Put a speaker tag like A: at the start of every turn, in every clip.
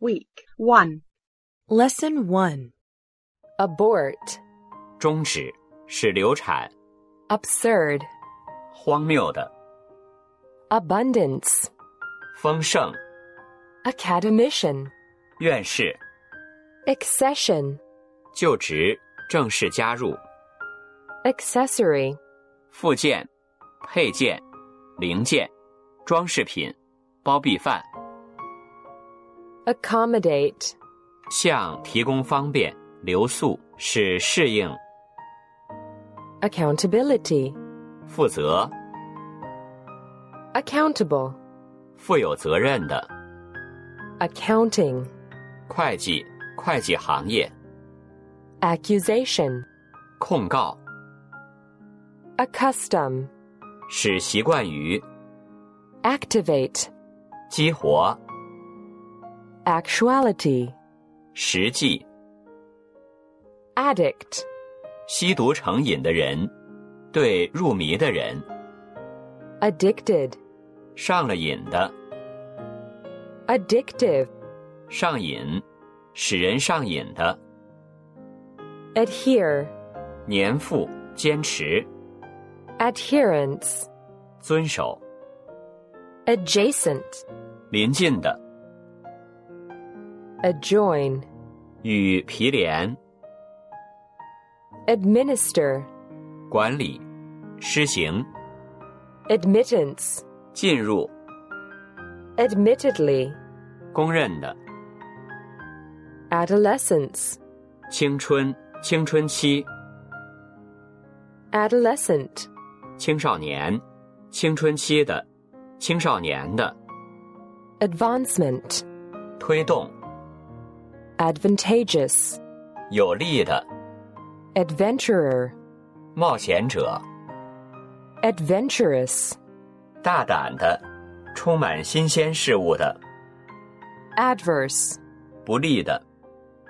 A: Week 1.
B: Lesson 1
C: abort,
D: 终止，使流产，
C: absurd,
D: 荒谬的，
C: abundance,
D: 丰盛，
C: academician,
D: 院士，
C: accession,
D: 就职，正式加入，
C: accessory,
D: 附件、配件、零件、装饰品、包庇犯，
C: accommodate,
D: 向提供方便、留宿，使适应、
C: accountability,
D: 负责、
C: accountable,
D: 负有责任的，
C: accounting,
D: 会计、会计行业、
C: accusation,
D: 控告，
C: accustom,
D: 使习惯于、
C: activate,
D: 激活、
C: actuality,
D: 实际、
C: addict,
D: 吸毒成瘾的人，对入迷的人、
C: addicted,
D: 上了瘾的。
C: addictive,
D: 上瘾，使人上瘾的，
C: adhere,
D: 粘附、坚持、
C: adherence,
D: 遵守、
C: adjacent,
D: 临近的，
C: adjoin,
D: 与毗连、
C: administer,
D: 管理、施行、
C: admittance,
D: 进入、
C: admittedly,
D: 公认的、
C: adolescence,
D: 青春、青春期、
C: adolescent,
D: 青少年、青春期的、青少年的、
C: advancement,
D: 推动、
C: advantageous,
D: 有利的、
C: adventurer,
D: 冒险者、
C: adventurous,
D: 大胆的、充满新鲜事物的、
C: adverse,
D: 不利的、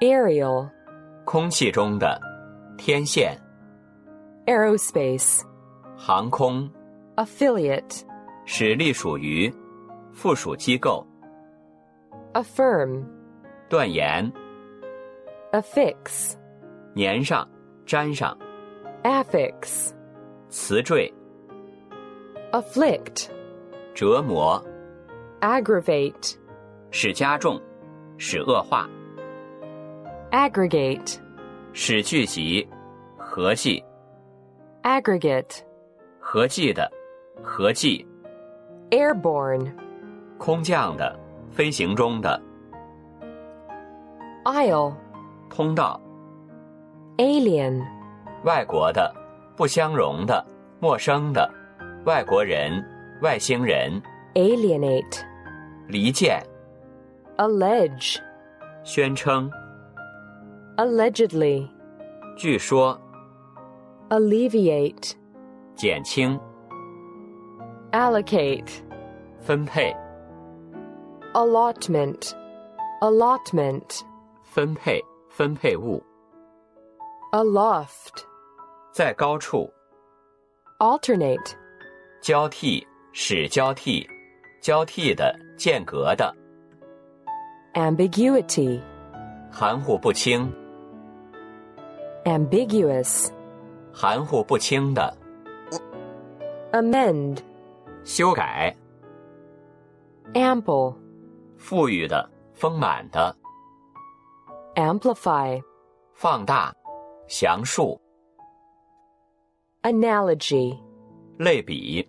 C: aerial,
D: 空气中的、天线、
C: aerospace,
D: 航空。
C: affiliate,
D: 使隶属于附属机构、
C: affirm,
D: 断言、
C: affix,
D: 粘上、粘上、
C: affix,
D: 词缀、
C: afflict,
D: 折磨、
C: aggravate,
D: 使加重、使恶化、
C: aggregate,
D: 使聚集、合计、
C: aggregate,
D: 合计的、合计、
C: airborne,
D: 空降的、飞行中的、
C: aisle,
D: 通道、
C: alien,
D: 外国的、不相容的、陌生的、外国人、外星人、
C: alienate,
D: 离间、
C: allege,
D: 宣称、
C: allegedly.
D: 据说、
C: alleviate,
D: 减轻、
C: allocate,
D: 分配、
C: allotment, allotment,
D: 分配、分配物。
C: aloft,
D: 在高处
C: alternate,
D: 交替，使交替，交替的、间隔的、
C: ambiguity,
D: 含糊不清、
C: ambiguous,
D: 含糊不清的
C: amend,
D: 修改、
C: ample,
D: 富裕的、丰满的、
C: amplify,
D: 放大、详述、
C: analogy,
D: 类比、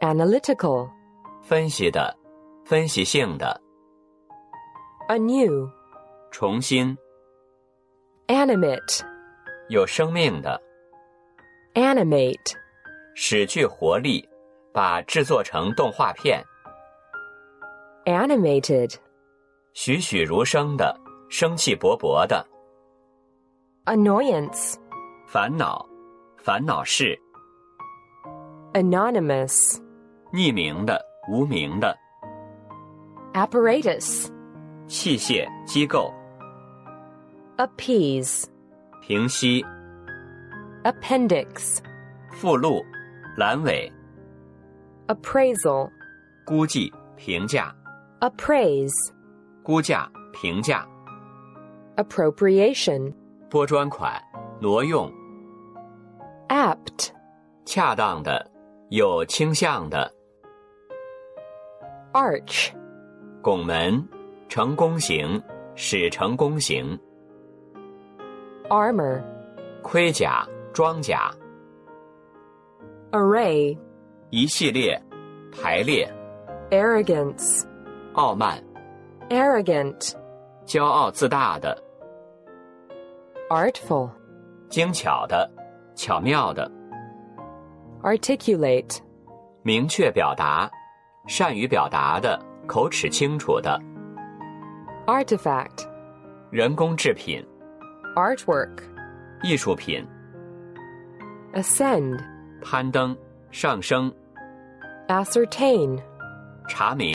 C: analytical,
D: 分析的、分析性的、
C: anew,
D: 重新、
C: animate,
D: 有生命的，
C: animate,
D: 使具活力，把制作成动画片，
C: animated,
D: 栩栩如生的、生气勃勃的、
C: annoyance,
D: 烦恼、烦恼事、
C: anonymous,
D: 匿名的、无名的。
C: apparatus,
D: 器械、机构、
C: appease,
D: 平息、
C: appendix,
D: 附录、阑尾、
C: appraisal,
D: 估计、评价、
C: appraise.
D: 估价、评价、
C: appropriation,
D: 拨专款、挪用、
C: apt,
D: 恰当的、有倾向的、
C: arch,
D: 拱门、成功型、使成功型、
C: armor,
D: 盔甲、装甲、
C: array,
D: 一系列、排列、
C: arrogance,
D: 傲慢、
C: arrogant,
D: 骄傲自大的、
C: artful,
D: 精巧的、巧妙的、
C: articulate,
D: 明确表达、善于表达的、口齿清楚的、
C: artifact,
D: 人工制品、
C: artwork,
D: 艺术品、
C: ascend,
D: 攀登、上升、
C: ascertain,
D: 查明、